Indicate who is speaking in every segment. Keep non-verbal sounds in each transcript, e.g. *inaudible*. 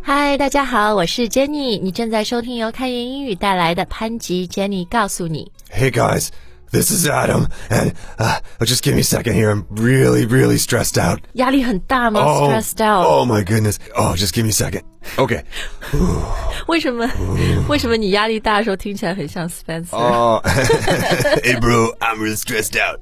Speaker 1: 嗨，大家好，我是 Jenny，你正在收听由开言英语带来的潘吉 Jenny 告诉你。
Speaker 2: Hey guys, this is Adam, and uh, just give me a second here. I'm really, really stressed out.
Speaker 1: 压力很大吗、s t r e s s e d out？、
Speaker 2: Oh my goodness. Oh, just give me a second. Okay.
Speaker 1: 为什么？为什么你压力大的时候听起来很像 Spencer？、
Speaker 2: Oh, *laughs* hey bro, I'm really stressed out.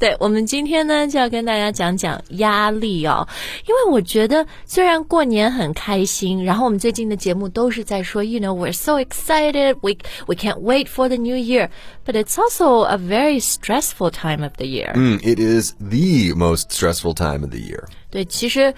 Speaker 1: 对我们今天呢，就要跟大家讲讲压力哦，因为我觉得虽然过年很开心，然后我们最近的节目都是在说，you know we're so excited, we we can't wait for the new year, but it's also a very stressful time of the year、
Speaker 2: Mm, it is the most stressful time of the year.
Speaker 1: 对，其实。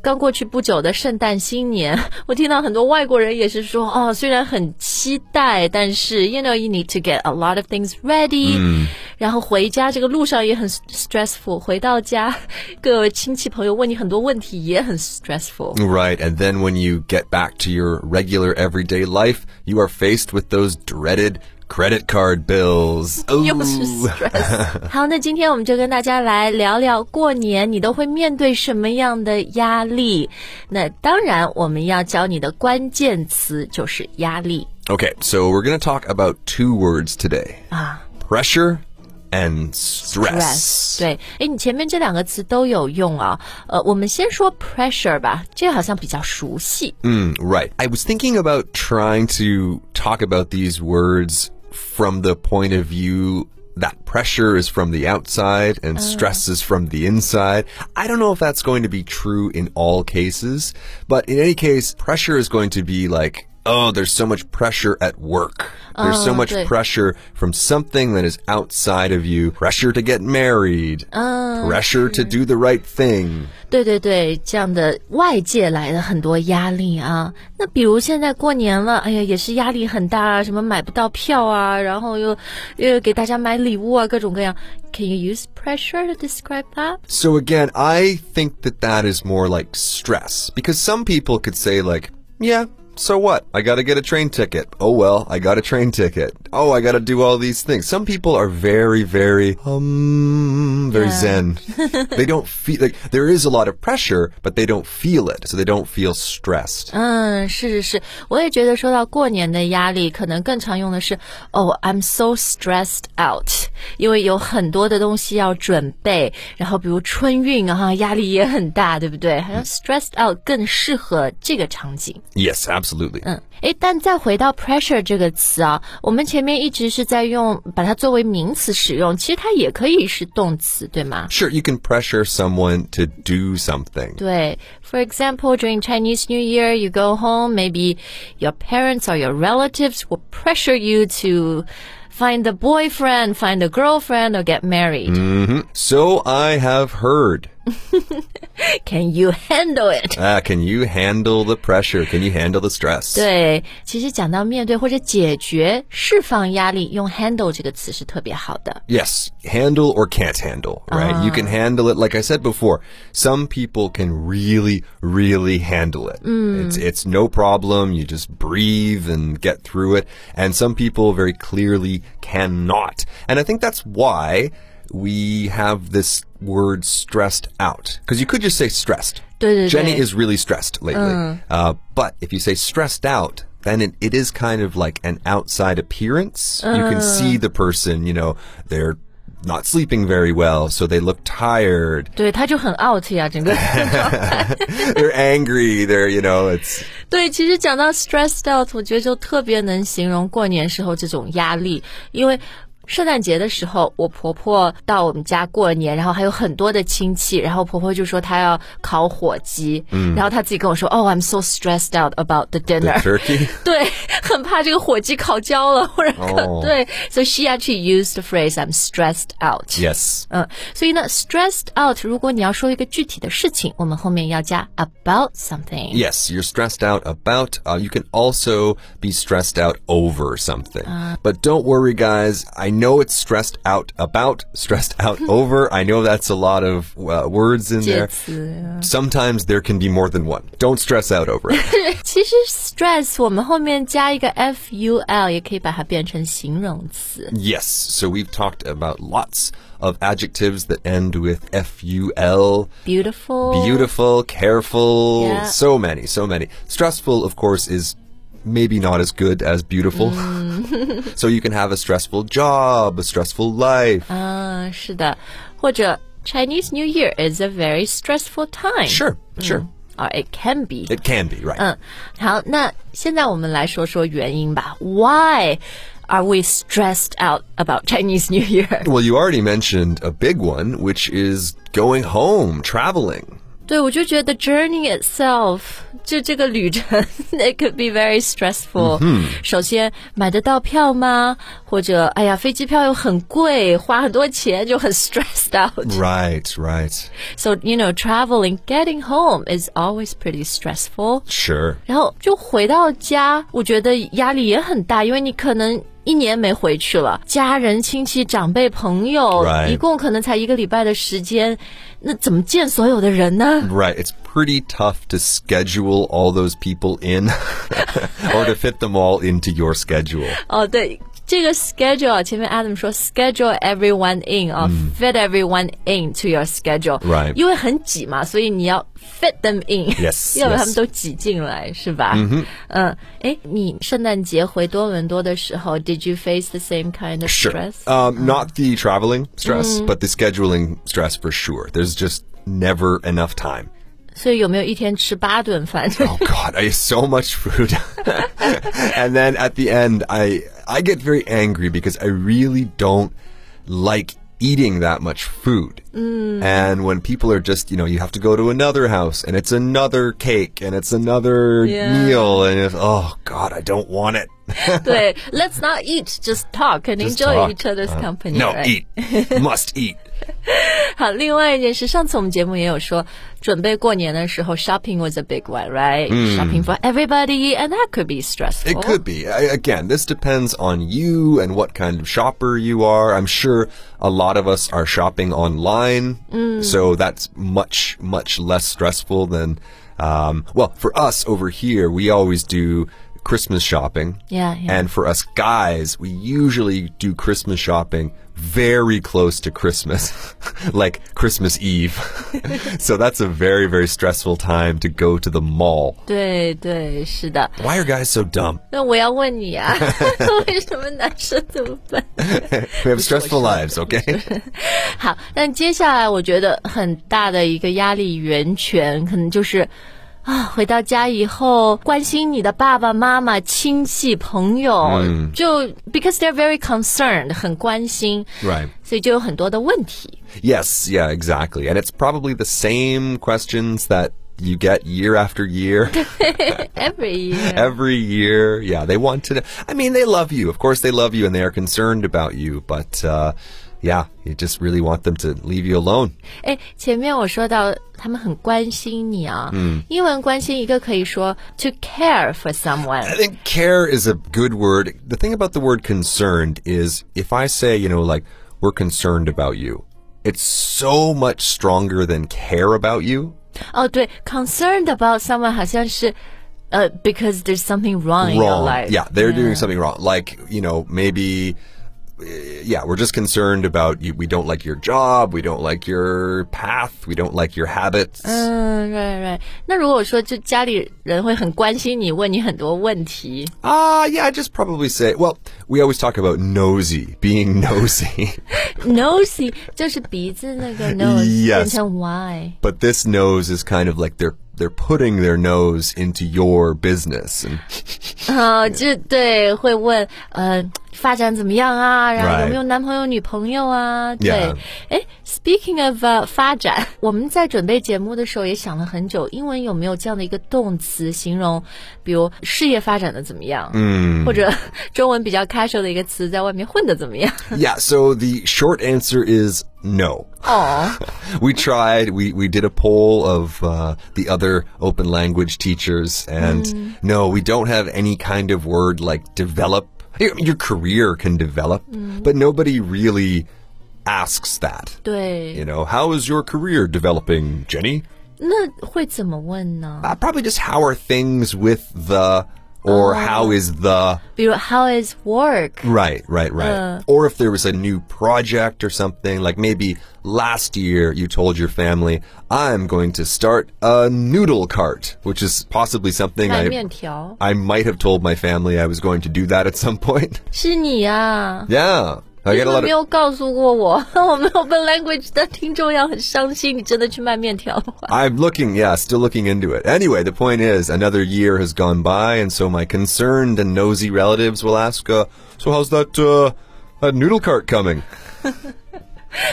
Speaker 1: 刚过去不久的圣诞新年，我听到很多外国人也是说，哦，虽然很期待，但是 you know you need to get a lot of things ready、然后回家这个路上也很 stressful，回到家，各位亲戚朋友问你很多问题也很 stressful。
Speaker 2: Right, and then when you get back to your regular everyday life, you are faced with those dreaded credit card bills.
Speaker 1: 又是
Speaker 2: Ooh.
Speaker 1: stress。好，那今天我们就跟大家来聊聊过年你都会面对什么样的压力。那当然，我们要教你的关键词就是压力。
Speaker 2: Okay, so we're going to talk about two words today
Speaker 1: 啊。
Speaker 2: pressure and stress.
Speaker 1: 对，哎，你前面这两个词都有用啊。呃，我们先说 pressure 吧，这个好像比较熟悉。
Speaker 2: Mm, right. I was thinking about trying to talk about these words from the point of view that pressure is from the outside
Speaker 1: Uh.
Speaker 2: and stress is from the inside. I don't know if that's going to be true in all cases, but in any case, pressure is going to be like, oh, there's so much pressure at work. There's so
Speaker 1: Oh,
Speaker 2: much
Speaker 1: good.
Speaker 2: pressure from something that is outside of you. Pressure to get married.
Speaker 1: Oh,
Speaker 2: pressure to do the right thing.
Speaker 1: 对对对，这样的外界来的很多压力啊。那比如现在过年了，哎呀，也是压力很大啊，什么买不到票啊，然后又又给大家买礼物啊，各种各样。Can you use pressure to describe that？
Speaker 2: So again, I think that that is more like stress because some people could say like, yeah, so what? I got to get a train ticket. Oh well, I got a train ticket. Oh, I got to do all these things. Some people are very very um very zen. they don't feel like there is a lot of pressure, but they don't feel it. So they don't feel stressed.
Speaker 1: Uh. 嗯，是是是，我也觉得说到过年的压力，可能更常用的是哦、i m so stressed out，因为有很多的东西要准备，然后比如春运啊，压力也很大，对不对？好像 stressed out 更适合这个场景。
Speaker 2: Yes, absolutely.
Speaker 1: 嗯，诶，但再回到 pressure 这个词啊，我们前面一直是在用把它作为名词使用，其实它也可以是动词，对吗？
Speaker 2: Sure, you can pressure someone to do something.
Speaker 1: 对，For example, during Chinese New Year, you go home. Maybe your parents or your relatives will pressure you to find a boyfriend, find a girlfriend, or get married.
Speaker 2: So I have heard.
Speaker 1: Can you handle it?
Speaker 2: Ah, can you handle the pressure? Can you handle the stress?
Speaker 1: 对，其实讲到面对或者解决、释放压力，用 handle 这个词是特别好的。
Speaker 2: Yes, handle or can't handle, right? You can handle it. Like I said before, some people can really, really handle it. It's, it's no problem. You just breathe and get through it. And some people very clearly cannot. And I think that's why we have this word stressed out. Because you could just say stressed.
Speaker 1: 对对对。
Speaker 2: Jenny is really stressed lately. Uh, but if you say stressed out, then it, it is kind of like an outside appearance. You can see the person, you know, they're not sleeping very well, so they look tired.
Speaker 1: 对，他就很 out 呀，整个
Speaker 2: they're angry. They're, you know, it's
Speaker 1: 对，其实讲到 stressed out，我觉得就特别能形容过年时候这种压力，因为。圣诞节的时候，我婆婆到我们家过年，然后还有很多的亲戚，然后婆婆就说她要烤火鸡，嗯，然后她自己跟我说，哦、i m so stressed out about the
Speaker 2: the
Speaker 1: dinner，
Speaker 2: turkey.
Speaker 1: 对， *laughs* 很怕这个火鸡烤焦了或者可、
Speaker 2: 哦
Speaker 1: *laughs* 对，so she actually used the phrase I'm stressed out，、
Speaker 2: yes.
Speaker 1: 嗯，所以呢，stressed out，如果你要说一个具体的事情，我们后面要加 about something，
Speaker 2: Yes, you're stressed out about. Uh, you can also be stressed out over something. but don't worry, guys. I know it's stressed out about, stressed out over. I know that's a lot of uh, words in
Speaker 1: 介
Speaker 2: there.
Speaker 1: 词。
Speaker 2: Sometimes there can be more than one. Don't stress out over it.
Speaker 1: 其实 stress 我们后面加一个 f u l 也可以把它变成形容词。
Speaker 2: yes. So we've talked about lots of adjectives that end with F U L.
Speaker 1: Beautiful,
Speaker 2: Beautiful, careful,
Speaker 1: Yeah.
Speaker 2: so many, so many. Stressful, of course, is maybe not as good as beautiful. *laughs* so you can have a stressful job, a stressful life.
Speaker 1: 嗯，是的，或者 Chinese New Year is a very stressful time.
Speaker 2: Sure, sure.
Speaker 1: or it can be.
Speaker 2: It can be, right?
Speaker 1: 嗯，好，那现在我们来说说原因吧。Why are we stressed out about Chinese New Year？
Speaker 2: Well, you already mentioned a big one, which is going home, traveling.
Speaker 1: 对，我就觉得 journey itself 就这个旅程 *laughs* ，it could be very stressful、首先买得到票吗？或者哎呀，飞机票又很贵，花很多钱就很 *laughs* stressed out。
Speaker 2: 嗯 Right, right.
Speaker 1: So you know, traveling, getting home is always pretty stressful.
Speaker 2: Sure.
Speaker 1: 然后就回到家，我觉得压力也很大，因为你可能一年没回去了，家人、亲戚、长辈、朋友
Speaker 2: Right.
Speaker 1: 一共可能才一个礼拜的时间，那怎么见所有的人呢？
Speaker 2: Right. It's pretty tough to schedule all those people in *laughs* or to fit them all into your schedule.
Speaker 1: 哦，对。这个 schedule 啊前面 Adam 说 schedule everyone in 啊、f i t everyone in to your schedule，、
Speaker 2: Right.
Speaker 1: 因为很挤嘛，所以你要 fit them in，
Speaker 2: Yes,
Speaker 1: *laughs* 要不然他
Speaker 2: yes.
Speaker 1: 们都挤进来，是吧？嗯，哎，你圣诞节回多伦多的时候，Did you face the same kind of
Speaker 2: Sure.
Speaker 1: stress？
Speaker 2: Um, Not the traveling stress, but the scheduling stress for sure. There's just never enough time.
Speaker 1: 所以有没有一天吃八顿饭？ *laughs*
Speaker 2: Oh God, I eat so much food. *laughs* and then at the end, I I get very angry because I really don't like eating that much food.
Speaker 1: Mm.
Speaker 2: And when people are just, you know, you have to go to another house and it's another cake and it's another
Speaker 1: Yeah.
Speaker 2: meal and it's, oh God, I don't want it. *laughs*
Speaker 1: 对，Let's not eat, just talk and
Speaker 2: Just
Speaker 1: enjoy
Speaker 2: talk. Uh,
Speaker 1: each other's company.
Speaker 2: No,
Speaker 1: right?
Speaker 2: eat. Must eat.
Speaker 1: 好，另外一件事，上次我们节目也有说，准备过年的时候，shopping was a big one, right?、Shopping for everybody, and that could be stressful.
Speaker 2: Mm. It could be. I, again, this depends on you and what kind of shopper you are. I'm sure a lot of us are shopping online,
Speaker 1: Mm.
Speaker 2: so that's much, much less stressful than, um, well, for us over here, we always do Christmas shopping.
Speaker 1: Yeah, yeah.
Speaker 2: And for us guys, we usually do Christmas shopping very close to Christmas, *laughs* like Christmas Eve. *laughs* so that's a very, very stressful time to go to the mall.
Speaker 1: 对对，是的。
Speaker 2: Why are guys so dumb?
Speaker 1: 那我要问你
Speaker 2: *laughs*
Speaker 1: 啊，为什么男生怎么办？
Speaker 2: We have stressful lives, okay?
Speaker 1: 好，但接下来我觉得很大的一个压力源泉，可能就是啊，回到家以后，关心你的爸爸妈妈、亲戚、朋友，
Speaker 2: Mm.
Speaker 1: 就 because they're very concerned，很关心
Speaker 2: Right.
Speaker 1: 所以就有很多的问题。
Speaker 2: Yes, yeah, exactly. And it's probably the same questions that you get year after year,
Speaker 1: Every year，
Speaker 2: every year. Yeah, they want to. I mean, they love you. Of course, they love you and they are concerned about you, but uh, yeah, you just really want them to leave you alone.
Speaker 1: 哎，前面我说到他们很关心你啊，嗯，英文关心一个可以说 to care for someone，
Speaker 2: I think care is a good word. The thing about the word concerned is if I say, you know, like, we're concerned about you, it's so much stronger than care about you.
Speaker 1: 哦，对，concerned about someone 好像是呃、b e c a u s e there's something wrong in your
Speaker 2: wrong.
Speaker 1: life，
Speaker 2: Yeah, they're doing something wrong. Like, you know, maybe. uh, Yeah, we're just concerned about you. We don't like your job. We don't like your path. We don't like your habits.
Speaker 1: 嗯，right right。那如果说就家里人会很关心你，问你很多问题，
Speaker 2: Ah, yeah, I just probably say, well, we always talk about nosy, being *laughs* nosy.
Speaker 1: nosy 就是鼻子那个 nose 变
Speaker 2: *laughs* Yes
Speaker 1: 成 y。
Speaker 2: but this nose is kind of like they're they're putting their nose into your business. And
Speaker 1: 啊，这对会问呃发展怎么样啊，然后
Speaker 2: Right
Speaker 1: 有没有男朋友女朋友啊？对
Speaker 2: Yeah，
Speaker 1: 哎，speaking of、呃发展， *laughs* 我们在准备节目的时候也想了很久，英文有没有这样的一个动词形容，比如事业发展的怎么样？嗯，或者 *laughs* 中文比较 casual 的一个词，在外面混的怎么
Speaker 2: *laughs*
Speaker 1: 样？
Speaker 2: yeah, so the short answer is no.
Speaker 1: 哦。
Speaker 2: *laughs* we tried. We we did a poll of uh, the other open language teachers, and no, we don't have any kind of word like develop. Your your career can develop, but nobody really asks that.
Speaker 1: 对
Speaker 2: You know, how is your career developing, Jenny?
Speaker 1: 那会怎么问呢？
Speaker 2: Uh, probably just how are things with the or how is the
Speaker 1: 比如 How is work？
Speaker 2: right, right, right. or if there was a new project or something, like maybe last year you told your family, I'm going to start a noodle cart, which is possibly something
Speaker 1: 卖
Speaker 2: I
Speaker 1: 面条
Speaker 2: I might have told my family I was going to do that at some *laughs* point.
Speaker 1: 是你啊。
Speaker 2: yeah. I
Speaker 1: 你
Speaker 2: get
Speaker 1: 怎
Speaker 2: a
Speaker 1: 么
Speaker 2: lot
Speaker 1: 没
Speaker 2: of
Speaker 1: 有告诉过我？ *laughs* 我没有问 language 的听众要很伤心。你真的去卖面条的话，
Speaker 2: I'm looking, yeah, still looking into it. Anyway, the point is, another year has gone by, and so my concerned and nosy relatives will ask, uh, "So how's that uh, that noodle cart coming?"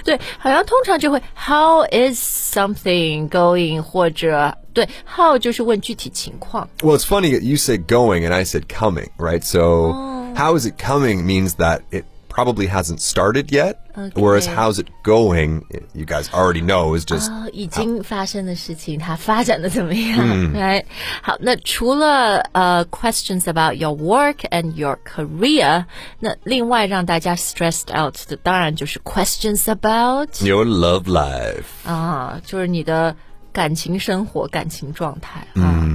Speaker 1: 对，好像通常就会 How is something going？或者对 How 就是问具体情况。
Speaker 2: Well, it's funny that you said going and I said coming, right? So how is it coming means that it probably hasn't started yet, whereas
Speaker 1: Okay. Ah.
Speaker 2: how's it going, it- you guys already know, is just
Speaker 1: 啊，已经发生的事情，它发展的怎么样？ *laughs* 哎、好，那除了呃、questions about your work and your career，那另外让大家 stressed out 的，当然就是 questions about
Speaker 2: your love life.
Speaker 1: 啊，就是你的感情生活、感情状态啊。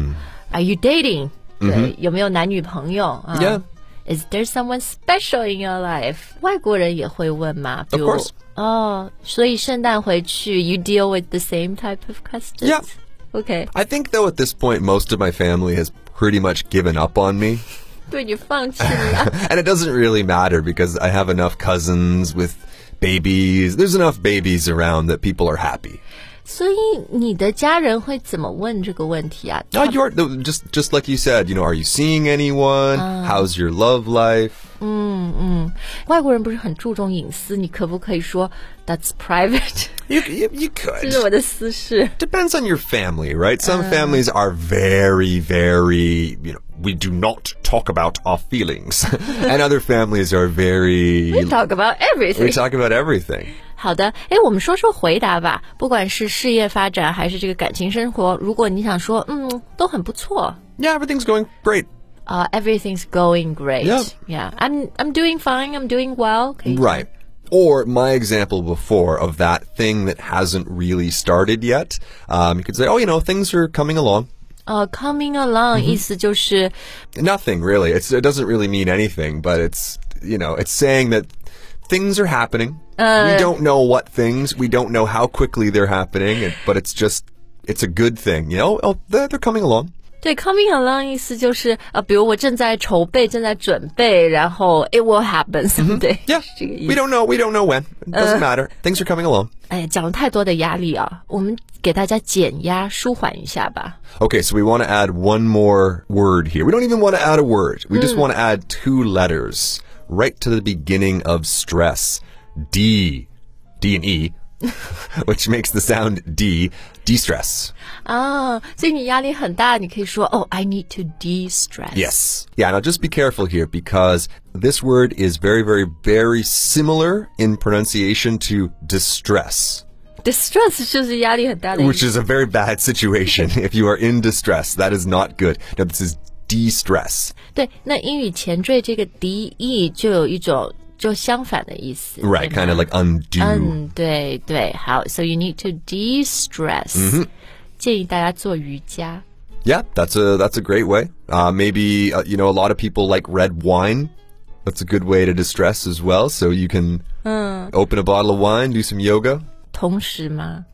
Speaker 1: Are you dating？对有没有男女朋友啊
Speaker 2: Yeah.
Speaker 1: Is there someone special in your life？外国人也会问嘛，比
Speaker 2: Of
Speaker 1: 如
Speaker 2: course.
Speaker 1: 哦，所以圣诞回去，you deal with the same type of questions。
Speaker 2: Yeah.
Speaker 1: OK，
Speaker 2: I think though at this point most of my family has pretty much given up on me.
Speaker 1: 对你放弃
Speaker 2: *laughs*
Speaker 1: 了。
Speaker 2: and it doesn't really matter because I have enough cousins with babies. There's enough babies around that people are happy.
Speaker 1: 所以你的家人会怎么问这个问题啊？
Speaker 2: Oh, you're just just like you said. You know, are you seeing anyone? How's your love life?
Speaker 1: 外国人不是很注重隐私，你可不可以说 That's private？
Speaker 2: *laughs* You you, you
Speaker 1: 这是
Speaker 2: could.
Speaker 1: 我的私事。
Speaker 2: Depends on your family, right? Some families are very, very, you know, we do not talk about our feelings. *laughs* and other families are very,
Speaker 1: We talk about everything.
Speaker 2: we talk about everything.
Speaker 1: 好的，哎，我们说说回答吧。不管是事业发展还是这个感情生活，如果你想说，嗯，都很不错
Speaker 2: Yeah, everything's going great.
Speaker 1: 啊、e v e r y t h i n g s going great.
Speaker 2: Yeah.
Speaker 1: Yeah, I'm I'm doing fine. I'm doing well. 可以
Speaker 2: Right. Or my example before of that thing that hasn't really started yet. Um, you could say, oh, you know, things are coming along.
Speaker 1: 呃、c o m i n g along、意
Speaker 2: Mm-hmm
Speaker 1: 思就是，
Speaker 2: Nothing really. It's, it doesn't really mean anything, but it's, you know, it's saying that things are happening. we don't know what things. We don't know how quickly they're happening, and- but it's just, it's a good thing. You know, oh, they're, they're coming along.
Speaker 1: 对，coming along 意思就是，呃，比如我正在筹备，正在准备，然后 it will happen someday，、
Speaker 2: Mm-hmm Yeah.
Speaker 1: 是这个意
Speaker 2: We
Speaker 1: 思。
Speaker 2: don't know. We don't know when. It doesn't matter. Things are coming along.
Speaker 1: 哎，讲了太多的压力啊，我们给大家减压、舒缓一下吧。
Speaker 2: Okay, so we want to add one more word here. We don't even want to add a word. We just want to add two letters right to the beginning of stress. D, D and E, *laughs* which makes the sound D, de-stress.
Speaker 1: 啊，所以你压力很大，你可以说哦、i need to de-stress。
Speaker 2: Yes. Yeah, now just be careful here because this word is very, very, very similar in pronunciation to distress,
Speaker 1: distress 就是压力很大的意
Speaker 2: which
Speaker 1: 思。
Speaker 2: is a very bad situation. if you are in distress, that is not good. Now, this is de-stress.
Speaker 1: 对，那英语前缀这个 de 就有一种就相反的意思。
Speaker 2: Right, kind of like undo.
Speaker 1: 嗯，对对，好，so you need to de-stress、建
Speaker 2: Mm-hmm。
Speaker 1: 议大家做瑜伽。
Speaker 2: Yeah, that's a that's a great way. Uh, maybe uh, you know a lot of people like red wine. That's a good way to distress as well. So you can open a bottle of wine, do some yoga.
Speaker 1: 同时吗？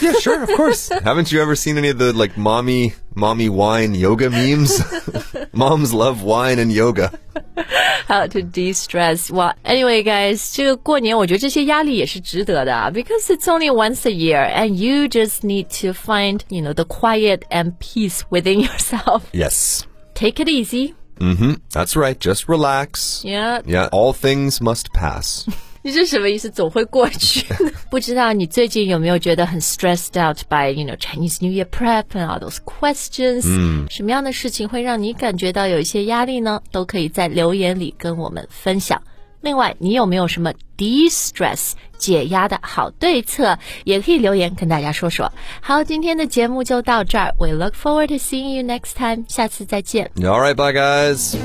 Speaker 2: Yeah, sure, of course. *laughs* Haven't you ever seen any of the like mommy mommy wine yoga memes? *laughs* Moms love wine and yoga.
Speaker 1: 好，to de-stress。哇，anyway guys，这个过年我觉得这些压力也是值得的啊，because it's only once a year and you just need to find you know the quiet and peace within *laughs* yourself.
Speaker 2: Yes,
Speaker 1: Take it easy.
Speaker 2: that's right. Just relax.
Speaker 1: Yeah.
Speaker 2: Yeah, all things must pass. *laughs*
Speaker 1: 你是什么意思？总会过去。不知道你最近有没有觉得很 stressed out by you know Chinese New Year prep and all those questions？嗯，什么样的事情会让你感觉到有一些压力呢？都可以在留言里跟我们分享。另外，你有没有什么 de stress 解压的好对策？也可以留言跟大家说说。好，今天的节目就到这儿。We look forward to seeing you next time，下次再见。
Speaker 2: all right, bye guys.